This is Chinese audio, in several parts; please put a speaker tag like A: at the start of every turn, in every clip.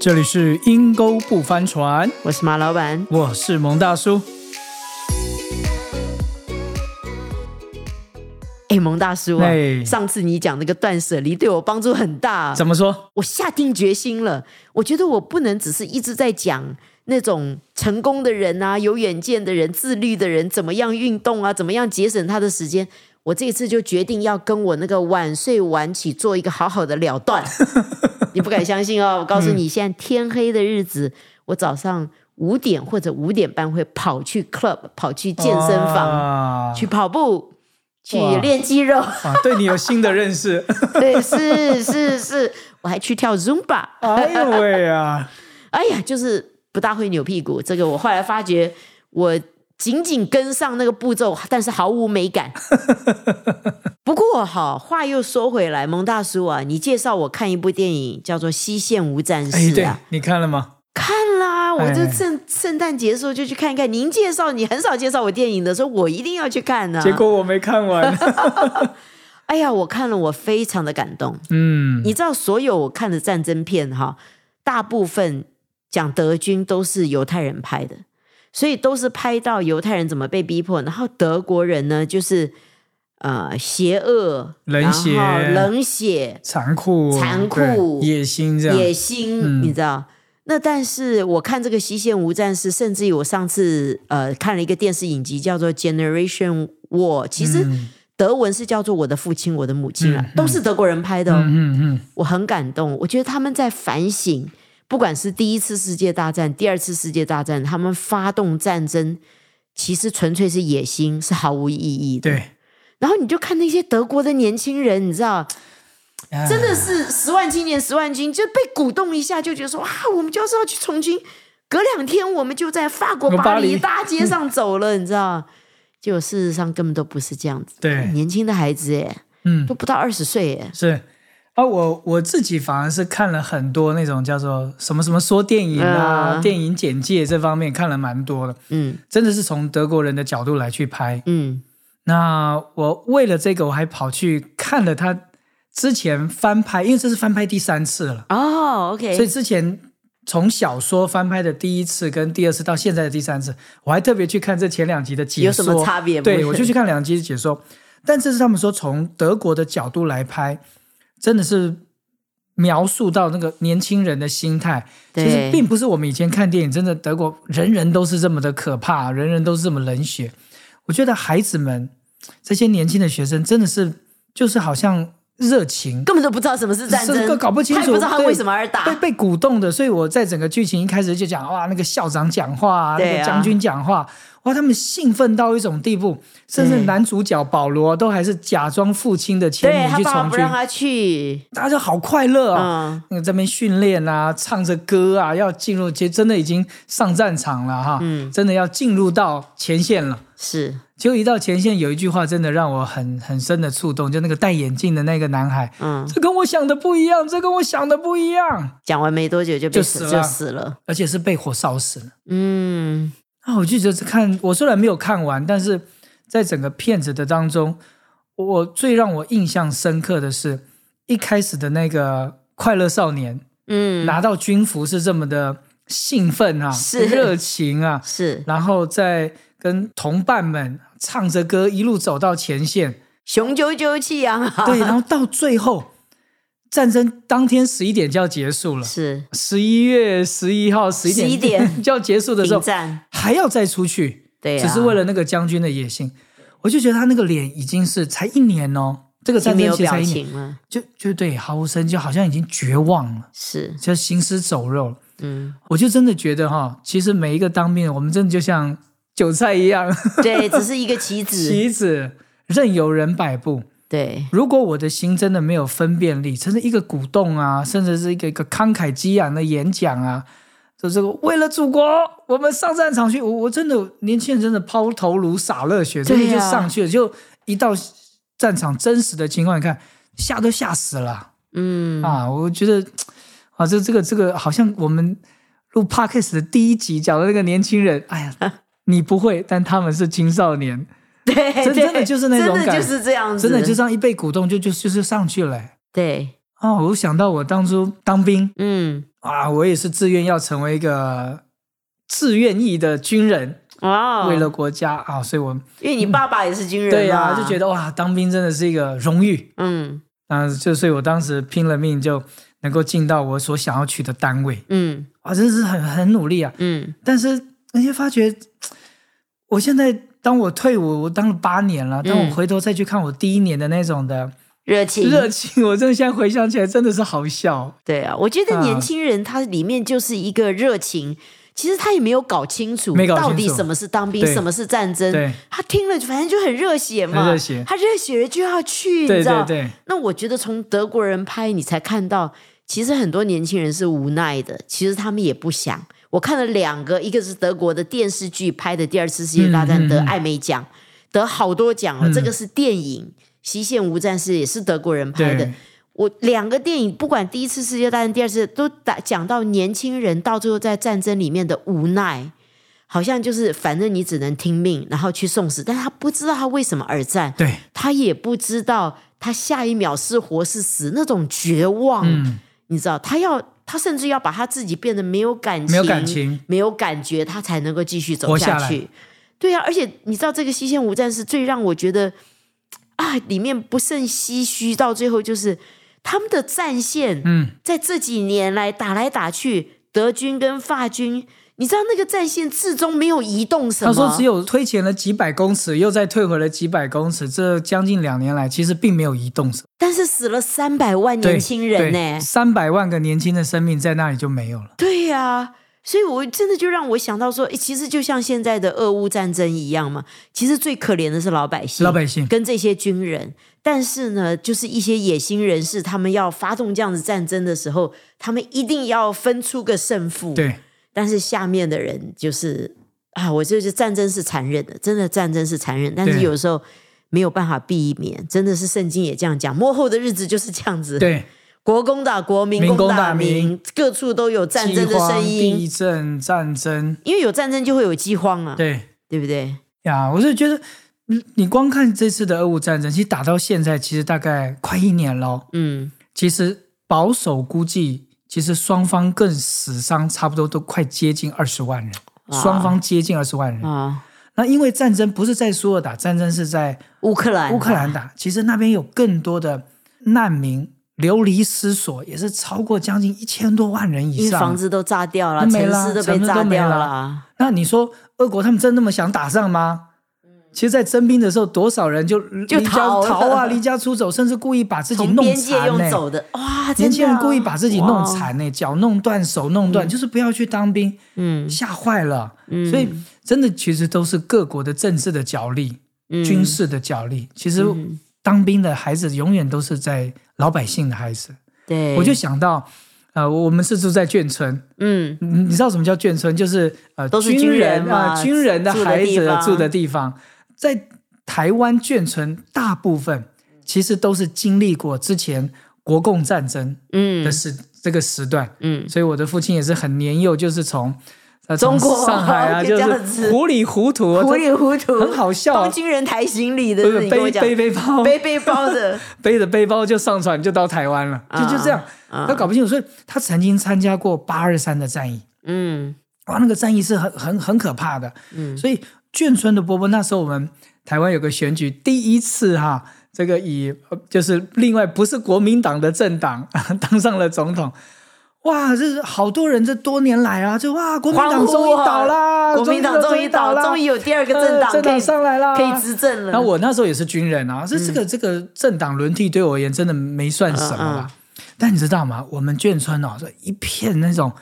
A: 这里是阴沟不翻船，
B: 我是马老板。
A: 我是蒙大叔。
B: 哎，蒙大叔啊
A: 哎，
B: 上次你讲那个断舍离对我帮助很大，啊
A: 怎么说？
B: 我下定决心了。我觉得我不能只是一直在讲那种成功的人啊、有远见的人、自律的人怎么样运动啊、怎么样节省他的时间。我这一次就决定要跟我那个晚睡晚起做一个好好的 了断。你不敢相信哦！我告诉
A: 嗯
B: 你，现在天黑的日子，我早上五点或者五点半会跑去 club，跑去健身房，
A: 啊
B: 去跑步，去
A: 哇
B: 练肌 肉。
A: 啊，对你有新的认识。
B: 对，是是是，我还去跳 Zumba。
A: 哎呦喂啊！
B: 哎呀，就是不大会扭屁股。这个我后来发觉，我紧紧跟上那个步骤，但是毫无 美感。不过哈，话又说回来，蒙大叔啊，你介绍我看一部电影叫做《西线无战事
A: 哎，》对
B: 啊，，
A: 你看了吗？
B: 看啦！我就
A: 哎
B: 圣圣诞节的时候就去看一看。您介绍，你很少介绍我电影的，说我一定要去看呢、
A: 结果我没看 完。
B: 哎呀，我看了，我非常的感动。
A: 嗯，
B: 你知道，所有我看的战争片哈，大部分讲德军都是犹太人拍的，所以都是拍到犹太人怎么被逼迫，然后德国人呢，就是呃邪恶、
A: 冷血
B: 然后冷血、
A: 残酷，
B: 残酷
A: 对野心这
B: 野
A: 样。
B: 心，
A: 嗯
B: 你知道？那但是我看这个《西线无战事》，甚至于我上次呃看了一个电视影集，叫做《Generation War》，其实
A: 嗯
B: 德文是叫做《我的父亲，我的母亲》啊，都是德国人拍的、哦。
A: 嗯嗯
B: 我很感动，我觉得他们在反省，不管是第一次世界大战、第二次世界大战，他们发动战争其实纯粹是野心，是毫无意义
A: 嗯，
B: 的。
A: 对，
B: 然后你就看那些德国的年轻人，你知道，
A: 啊
B: 真的是十万青年十万军，就被鼓动一下，就觉得说啊，我们就是要去从军。隔两天我们就在法国
A: 巴
B: 巴黎
A: 黎
B: 大街上走 了，你知道？结果事实上根本都不是这样子。
A: 对
B: 年轻的孩子哎，
A: 嗯
B: 都不到二十岁哎，
A: 是。啊，我我自己反而是看了很多那种叫做什么什么说电影啊、
B: 啊
A: 电影简介这方面看了蛮多的，
B: 嗯
A: 真的是从德国人的角度来去拍。
B: 嗯，
A: 那我为了这个，我还跑去看了他之前翻拍，因为这是翻拍第三次了，
B: 哦，OK，
A: 所以之前从小说翻拍的第一次跟第二次到现在的第三次，我还特别去看这前两集的解说，
B: 有什么差别吗
A: 对，我就去看两集的解说。但这是他们说从德国的角度来拍，真的是描述到那个年轻人的心态。其实
B: 对
A: 并不是我们以前看电影，真的德国人人都是这么的可怕，人人都是这么冷血。我觉得孩子们这些年轻的学生真的是就是好像热情，
B: 根本都不知道什么是战
A: 是个
B: 争，
A: 搞不清楚
B: 他也不知道他
A: 对
B: 为什么而打
A: 被。被鼓动的，所以我在整个剧情一开始就讲哇，那个校长讲话、啊，
B: 对啊
A: 那个将军讲话，哇，他们兴奋到一种地步，甚至
B: 对
A: 男主角保罗都还是假装父亲的前
B: 嗯对
A: 女
B: 他
A: 去
B: 爸爸
A: 从
B: 不
A: 军
B: 让，他去，
A: 大家就好快乐啊、
B: 嗯
A: 那个这边训练啊，唱着歌啊，要进入，其实真的已经上战场了哈，
B: 嗯，
A: 真的要进入到前线了。
B: 是，
A: 结果一到前线，有一句话真的让我很很深的触动，就那个戴眼镜的那个男孩，
B: 嗯，
A: 这跟我想的不一样，这跟我想的不一样。
B: 讲完没多久就被
A: 就
B: 死
A: 死了
B: 就死了，
A: 而且是被火烧死了。
B: 嗯，
A: 啊，我就觉得看，我虽然没有看完，但是在整个片子的当中，我最让我印象深刻的是一开始的那个快乐少年、
B: 嗯，
A: 拿到军服是这么的兴奋啊，
B: 是
A: 热情啊，
B: 是
A: 然后再跟同伴们唱着歌一路走到前线，
B: 雄赳赳气昂 啊，
A: 对，然后到最后战争当天十一点就要结束了。
B: 是
A: 十一月十一号十一点
B: 11 点
A: 就要结束的时候
B: 停，战，
A: 还要再出去，
B: 对啊，
A: 只是为了那个将军的野心。我就觉得他那个脸已经是才一年哦，这个
B: 已经
A: 战
B: 没
A: 争
B: 有
A: 其实才
B: 表
A: 一年，
B: 情了，
A: 就就对毫无声，就好像已经绝望了，
B: 是，
A: 就行尸走肉了。
B: 嗯，
A: 我就真的觉得哈、其实每一个当兵的，我们真的就像韭菜一样，
B: 对，只是一个棋子，
A: 棋子任由人摆布。
B: 对，
A: 如果我的心真的没有分辨力，甚至一个鼓动啊，甚至是一个一个慷慨激昂的演讲啊，就这个为了祖国，我们上战场去，我我真的年轻人真的抛头颅洒热血，真的
B: 对
A: 就
B: 啊
A: 上去了，就一到战场真实的情况，你看吓都吓死了、
B: 嗯，
A: 啊！我觉得啊，这这个这个好像我们录 podcast 的第一集讲的那个年轻人，哎呀，你不会，但他们是青少年，
B: 对，
A: 真
B: 对
A: 真的就是那种
B: 真的
A: 感
B: 就是这样子，
A: 真的就这样一被鼓动就就就就上去了、哎
B: 对，
A: 哦，我想到我当初当兵
B: 嗯，
A: 啊，我也是自愿要成为一个自愿役的军人，
B: 哦，
A: 为了国家啊，所以我
B: 因为你爸爸也是军人嘛，
A: 对呀、就觉
B: 得
A: 得哇，当兵真的是一个荣誉
B: 嗯
A: 啊，就所以我当时拼了命就能够进到我所想要去的单位
B: 嗯
A: 啊，真是很很努力啊。
B: 嗯
A: 但是你会发觉，我现在当我退伍，我当了八年了，当我
B: 嗯
A: 回头再去看我第一年的那种的
B: 热情
A: 热情，我真的现在回想起来真的是好笑。
B: 对啊，我觉得
A: 啊
B: 年轻人他里面就是一个热情，其实他也没有搞清楚
A: 没搞清楚
B: 到底什么是当兵，
A: 对
B: 什么是战争。
A: 对
B: 他听了反正就很热血嘛，
A: 很热血
B: 他热血了就要去，你
A: 对
B: 知道
A: 对？对，
B: 那我觉得从德国人拍，你才看到，其实很多年轻人是无奈的，其实他们也不想。我看了两个，一个是德国的电视剧拍的第二次世界
A: 嗯
B: 大
A: 嗯
B: 战得
A: 嗯
B: 艾美奖，得好多奖哦。
A: 嗯
B: 这个是电影《西线无战事》，也是德国人拍的
A: 对。
B: 我两个电影，不管第一次世界大战、第二次，都打讲到年轻人到最后在战争里面的无奈，好像就是反正你只能听命，然后去送死，但他不知道他为什么而战，
A: 对，
B: 他也不知道他下一秒是活是死，那种绝望，
A: 嗯，
B: 你知道，他要他甚至要把他自己变得没有感情，
A: 没有感情，
B: 没有感觉，他才能够继续走
A: 活下来
B: 去。对啊，而且你知道这个《西线无战事》最让我觉得啊，里面不胜唏嘘，到最后就是他们的战线，
A: 嗯，
B: 在这几年来打来打去，德军跟法军，你知道那个战线至终没有移动什
A: 他
B: 么，
A: 说只有推前了几百公尺，又再退回了几百公尺，这将近两年来其实并没有移动什么。
B: 但是死了三百万
A: 对
B: 年轻人呢、
A: 三百万个年轻的生命在那里就没有了。
B: 对呀、所以我真的就让我想到说，诶其实就像现在的俄乌战争一样嘛，其实最可怜的是老百姓，
A: 老百姓
B: 跟这些军人。但是呢，就是一些野心人士，他们要发动这样子战争的时候，他们一定要分出个胜负。，
A: 对，
B: 但是下面的人就是啊，我就是战争是残忍的，真的战争是残忍，但是
A: 对
B: 有时候没有办法避免，真的是圣经也这样讲，幕后的日子就是这样子。
A: 对，
B: 国攻打国，民
A: 民
B: 攻
A: 攻
B: 打
A: 打民
B: 民，各处都有战
A: 饥
B: 争的
A: 荒、
B: 声音
A: 地，震、战争，
B: 因为有战争就会有饥荒啊，
A: 对。
B: 对不对？
A: 呀，我是觉得，嗯你光看这次的俄乌战争，其实打到现在，其实大概快一年了。
B: 嗯，
A: 其实保守估计，其实双方更死伤差不多都快接近二十万人，
B: 哇
A: 双方接近二十万人。
B: 啊，
A: 那因为战争不是在苏俄打，战争是在
B: 乌克兰，
A: 乌克兰打，其实那边有更多的难民流离失所，也是超过将近一千多万人以
B: 因为
A: 上
B: 房。子都炸掉了，
A: 都没
B: 城
A: 啦
B: 市都被
A: 城市
B: 炸
A: 都没
B: 掉
A: 啦
B: 了，
A: 那你说俄国他们真那么想打仗吗？其实，在征兵的时候，多少人就
B: 就
A: 离家
B: 逃了
A: 逃啊，离家出走，甚至故意把自己
B: 从
A: 弄
B: 边界
A: 残
B: 用
A: 呢、
B: 走的，哇，真
A: 年
B: 的
A: 轻人故意
B: 啊嗯
A: 把自己弄，
B: 哇
A: 残呢、脚弄断，手弄断，就是不要去当兵，
B: 嗯
A: 吓坏了。
B: 嗯，
A: 所以，真的其实都是各国的政治的角力、
B: 以
A: 军事的角力。其实
B: 嗯，
A: 当兵的孩子永远都是在老百姓的孩子。
B: 对，
A: 我就想到，呃，我们是住在眷村，
B: 嗯
A: 你你知道什么叫眷村？就是呃，
B: 都是
A: 军
B: 军人
A: 啊、
B: 嘛
A: 军人的
B: 住的
A: 孩
B: 地
A: 子
B: 方
A: 住的地方，在台湾眷村大部分
B: 嗯
A: 其实都是经历过之前国共战争的
B: 嗯
A: 时、这个时段，
B: 嗯，
A: 所以我的父亲也是很年幼，就是从呃
B: 中
A: 从
B: 国
A: 上海 啊，
B: 就
A: 就
B: 这样子
A: 是糊里糊涂，
B: 糊里糊涂，
A: 很好笑
B: 帮
A: 啊，
B: 军人抬行李的，
A: 不
B: 是
A: 是
B: 你跟我
A: 背
B: 讲，
A: 背背包，
B: 背背包 的，
A: 背着背包就上船就到台湾了，
B: 啊
A: 就就这样，
B: 啊
A: 他搞不清楚，所以他曾经参加过八二三的战役。
B: 嗯
A: 哇，那个战役是很很很可怕的。
B: 嗯
A: 所以眷村的伯伯那时候我们台湾有个选举，第一次哈、这个以呃就是另外不是国民党的政党 当上了总统。哇，这是好多人，这多年来啊，就哇，国民
B: 欢
A: 党
B: 呼
A: 终于
B: 啊
A: 倒啦，
B: 国民党终于倒，
A: 啦，
B: 终于有第二个
A: 呃
B: 政党
A: 政
B: 可
A: 党
B: 以
A: 上来啦，
B: 可以执政了。
A: 然后我那时候也是军人
B: 嗯
A: 啊，这这个、这个政党轮替对我而言真的没算什么
B: 嗯
A: 啦。但你知道吗？我们眷村哦，这一片那种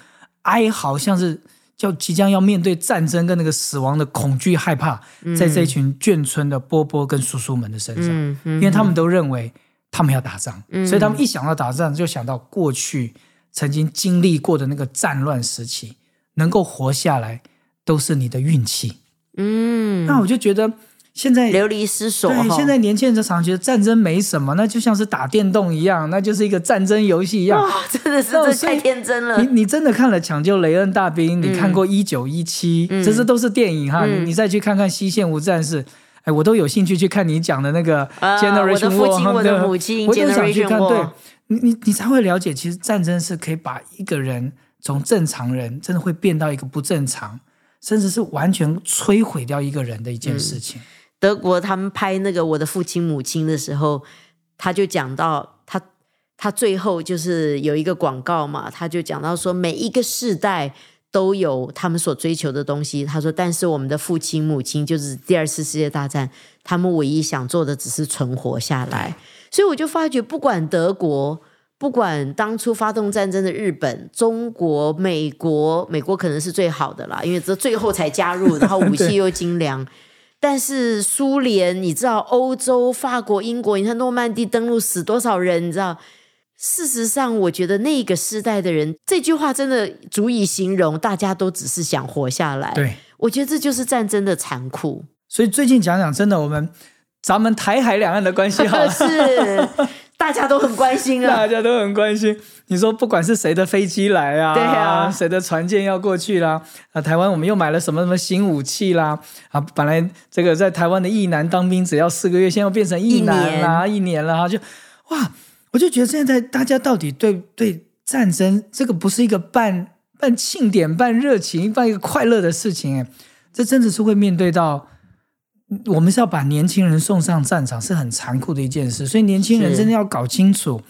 A: 哀嚎，像是就即将要面对战争跟那个死亡的恐惧害怕，在这群眷村的波波跟叔叔们的身上，
B: 嗯嗯
A: 因为他们都认为他们要打仗，
B: 嗯
A: 所以他们一想到打仗就想到过去曾经经历过的那个战乱时期，能够活下来都是你的运气。
B: 嗯，
A: 那我就觉得现在
B: 流离失所
A: 对，
B: 哈
A: 现在年轻人就常觉得战争没什么，那就像是打电动一样，那就是一个战争游戏一样。
B: 哇，真的是
A: 那我
B: 这
A: 所以
B: 太天真了
A: 你。你真的看了《抢救雷恩大兵》，你看过《一九一七》，这些都是电影哈。
B: 嗯
A: 你你再去看看《西线无战事》，哎，我都有兴趣去看你讲的那个
B: 啊
A: Generation
B: 我
A: War，、
B: 的父亲我的母亲
A: 我都想去
B: Generation
A: 看。
B: War
A: 对，你你你才会了解，其实战争是可以把一个人从正常人真的会变到一个不正常，甚至是完全摧毁掉一个人的一
B: 嗯
A: 件事情。
B: 德国他们拍那个《我的父亲母亲》的时候，他就讲到他他最后就是有一个广告嘛，他就讲到说每一个世代都有他们所追求的东西。他说，但是我们的父亲母亲就是第二次世界大战，他们唯一想做的只是存活下来。所以我就发觉，不管德国。不管当初发动战争的日本、中国、美国，美国可能是最好的啦，因为这最后才加入，然后武器
A: 对
B: 又精良。但是苏联，你知道欧洲、法国、英国，你看诺曼底登陆死多少人，你知道？事实上，我觉得那个时代的人，这句话真的足以形容，大家都只是想活下来。
A: 对，
B: 我觉得这就是战争的残酷。。
A: 所以最近讲讲真的，我们咱们台海两岸的关系好了
B: 是大家都很关心啊
A: 大，家都很关心。你说不管是谁的飞机来啊，
B: 对啊
A: 谁的船舰要过去啦，啊，台湾我们又买了什么什么新武器啦，啊，本来这个在台湾的役男当兵只要四个月，现在又变成役男啦，一年了哈，就哇，我就觉得现在大家到底对对战争这个不是一个办办庆典、办热情、办一个快乐的事情，哎，这真的是会面对到。嗯我们是要把年轻人送上战场，是很残酷的一件事，所以年轻人
B: 是
A: 真的要搞清楚，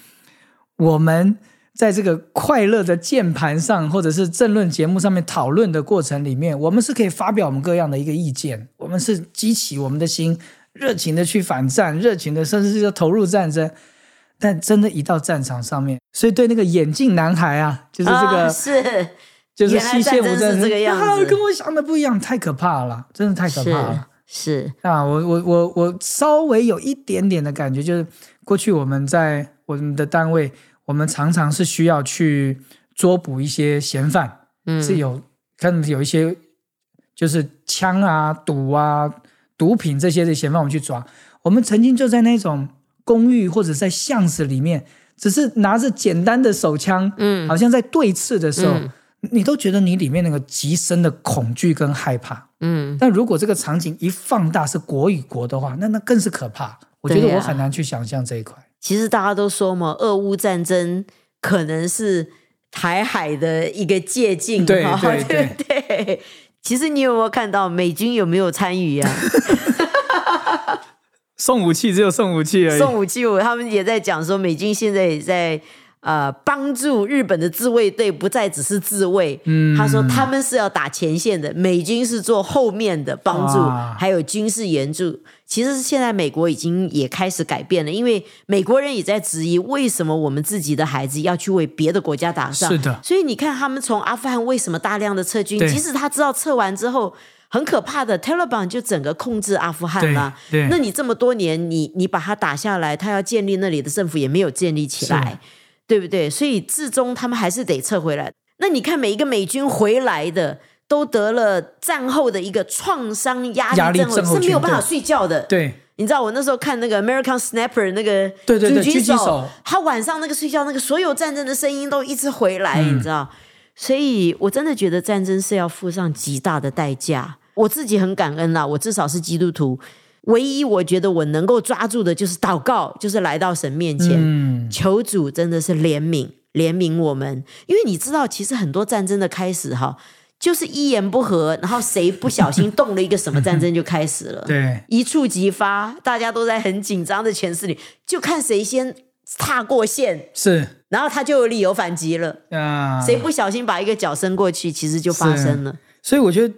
A: 我们在这个快乐的键盘上，或者是政论节目上面讨论的过程里面，我们是可以发表我们各样的一个意见，我们是激起我们的心，热情的去反战，热情的甚至是要投入战争。但真的，一到战场上面，所以对那个眼镜男孩啊，就是这个，
B: 啊是
A: 就是西线无
B: 原来啊战争是这个样子
A: 啊，跟我想的不一样，太可怕了，真的太可
B: 是
A: 怕了。
B: 是
A: 啊，我我我我稍微有一点点的感觉，就是过去我们在我们的单位，我们常常是需要去捉捕一些嫌犯，
B: 嗯
A: 是有看有一些就是枪啊、赌啊、毒品这些的嫌犯，我们去抓。我们曾经就在那种公寓或者在巷子里面，只是拿着简单的手枪，
B: 嗯
A: 好像在对峙的时候，
B: 嗯
A: 你都觉得你里面那个极深的恐惧跟害怕。
B: 嗯
A: 但如果这个场景一放大是国与国的话，那那更是可怕。我觉得
B: 对呀
A: 我很难去想象这一块。
B: 其实大家都说嘛，俄乌战争可能是台海的一个借镜，
A: 对
B: 哈
A: 对
B: 对不对。其实你有没有看到美军有没有参与啊？
A: 送武器只有送武器而
B: 送武器，我他们也在讲说，美军现在也在呃帮助日本的自卫队不再只是自卫。
A: 嗯
B: 他说他们是要打前线的，美军是做后面的帮助，
A: 哇
B: 还有军事援助。其实现在美国已经也开始改变了，因为美国人也在质疑为什么我们自己的孩子要去为别的国家打仗。
A: 是的
B: 所以你看他们从阿富汗为什么大量的撤军，
A: 对
B: 即使他知道撤完之后。很可怕的，Taliban 就整个控制阿富汗了。
A: 对对
B: 那你这么多年，你你把它打下来，他要建立那里的政府也没有建立起来，对不对？所以至终他们还是得撤回来。那你看每一个美军回来的，都得了战后的一个创伤压
A: 压力
B: 力症候
A: 症候
B: 群，是没有
A: 群
B: 办法
A: 对
B: 睡觉的。
A: 对
B: 你知道我那时候看那个 American Sniper 那个
A: 对对对狙
B: 狙
A: 击
B: 击
A: 手
B: 他晚上那个睡觉那个所有战争的声音都一直回来，
A: 嗯
B: 你知道，所以我真的觉得战争是要付上极大的代价。我自己很感恩啦，我至少是基督徒，唯一我觉得我能够抓住的就是祷告，就是来到神面前，
A: 嗯，
B: 求主真的是怜悯怜悯我们，因为你知道，其实很多战争的开始哈，就是一言不合，然后谁不小心动了一个什么战争就开始了。
A: 对
B: 一触即发，大家都在很紧张的诠释里，就看谁先踏过线，
A: 是
B: 然后他就有理由反击了。
A: 啊、
B: 谁不小心把一个脚伸过去，其实就发生了。
A: 所以我觉得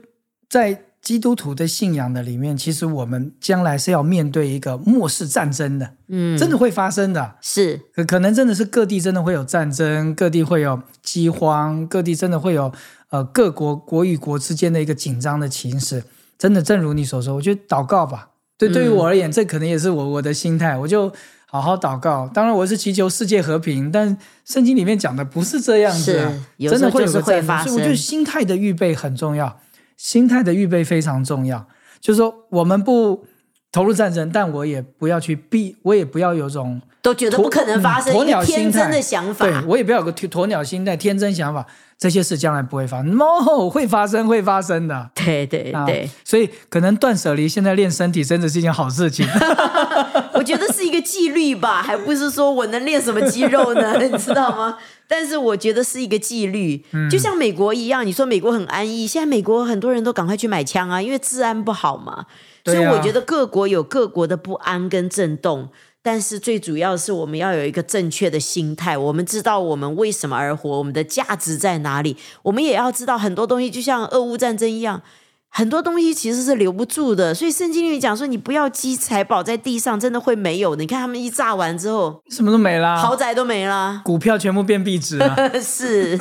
A: 在基督徒的信仰的里面，其实我们将来是要面对一个末世战争的，
B: 嗯，
A: 真的会发生的。
B: 是
A: 可可能真的是各地真的会有战争，各地会有饥荒，各地真的会有呃各国国与国之间的一个紧张的情势。真的，正如你所说，我觉得祷告吧。对，对于
B: 嗯
A: 我而言，这可能也是我我的心态，我就好好祷告。当然，我是祈求世界和平，但圣经里面讲的不是这样子、啊
B: 是，有
A: 真
B: 时
A: 的
B: 候
A: 会
B: 就
A: 有
B: 是
A: 个
B: 会
A: 战
B: 发
A: 争。所以我觉得
B: 生。
A: 心态的预备很重要，心态的预备非常重要。就是说，我们不投入战争，但我也不要去避，我也不要有种
B: 都觉得不可能发
A: 嗯
B: 生，
A: 鸵
B: 一个
A: 鸟心
B: 天真
A: 态
B: 的想法。
A: 对我也不要有个鸵鸵鸟心态、天真想法，这些事将来不会发生，no 会发生，会发生的。
B: 对对
A: 啊
B: 对，，
A: 所以可能断舍离，现在练身体真的是一件好事情。
B: 我觉得是一个纪律吧，还不是说我能练什么肌肉呢， 你知道吗？但是我觉得是一个纪律，
A: 嗯
B: 就像美国一样，你说美国很安逸，现在美国很多人都赶快去买枪啊，因为治安不好嘛。所以
A: 对啊
B: 我觉得各国有各国的不安跟震动，但是最主要是我们要有一个正确的心态，我们知道我们为什么而活，我们的价值在哪里，我们也要知道很多东西，就像俄乌战争一样。很多东西其实是留不住的，所以圣经里讲说，你不要积财宝在地上，真的会没有的。你看他们一炸完之后，
A: 什么都没啦，
B: 豪宅都 没啦。
A: 股票全部变壁纸了。
B: 是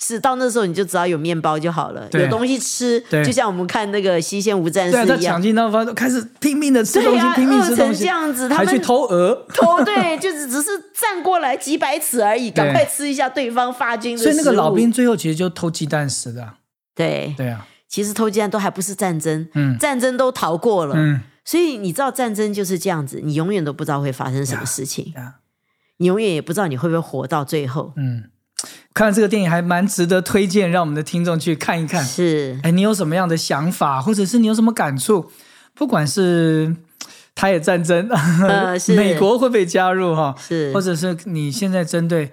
B: 是，到那时候你就只要有面包就好了，
A: 对
B: 有东西吃，
A: 对
B: 就像我们看那个《西线无战事
A: 对啊，他》
B: 一样
A: 抢。进那方开始拼命的吃
B: 对
A: 东西，
B: 呀、
A: 拼命
B: 饿
A: 吃
B: 成
A: 东西
B: 这，样子，他
A: 还
B: 们
A: 去偷鹅。
B: 偷 对，就是只是站过来几百尺而已，赶
A: 对
B: 快吃一下对方发军的
A: 所以那个
B: 食
A: 老
B: 物
A: 兵最后其实就偷鸡蛋死的啊。
B: 对，
A: 对啊，
B: 其实偷鸡蛋都还不是战争，
A: 嗯
B: 战争都逃过了，
A: 嗯，
B: 所以你知道战争就是这样子，你永远都不知道会发生什么事情，
A: 对啊，
B: 你永远也不知道你会不会活到最后。
A: 嗯，看了这个电影还蛮值得推荐，让我们的听众去看一看。
B: 是，
A: 哎，你有什么样的想法，或者是你有什么感触？不管是台野战争，
B: 呃是
A: 美国会被加入哈，
B: 是
A: 或者是你现在针对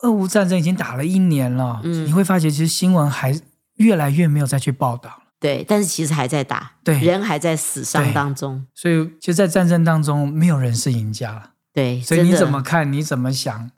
A: 俄乌战争已经打了一年了，
B: 嗯
A: 你会发觉其实新闻还越来越没有再去报道了。
B: 对，但是其实还在打，
A: 对
B: 人还在死伤
A: 对
B: 当中，
A: 所以，其实，在战争当中，没有人是赢家了。
B: 对，
A: 所以
B: 真
A: 你
B: 的
A: 怎么看？你怎么想？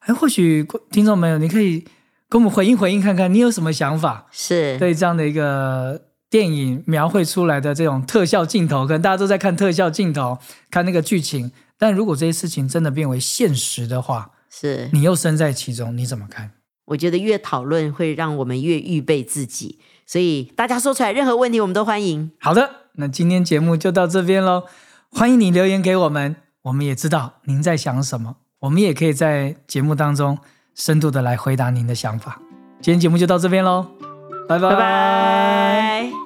A: 哎，或许听众朋友，你可以跟我们回应回应看看，你有什么想法？
B: 是？
A: 对这样的一个电影描绘出来的这种特效镜头，可能大家都在看特效镜头，看那个剧情。但如果这些事情真的变为现实的话，
B: 是，
A: 你又身在其中，你怎么看？
B: 我觉得越讨论会让我们越预备自己，所以大家说出来任何问题我们都欢迎。
A: 好的，那今天节目就到这边喽。欢迎你留言给我们，我们也知道您在想什么，我们也可以在节目当中深度的来回答您的想法。今天节目就到这边喽，拜
B: 拜拜。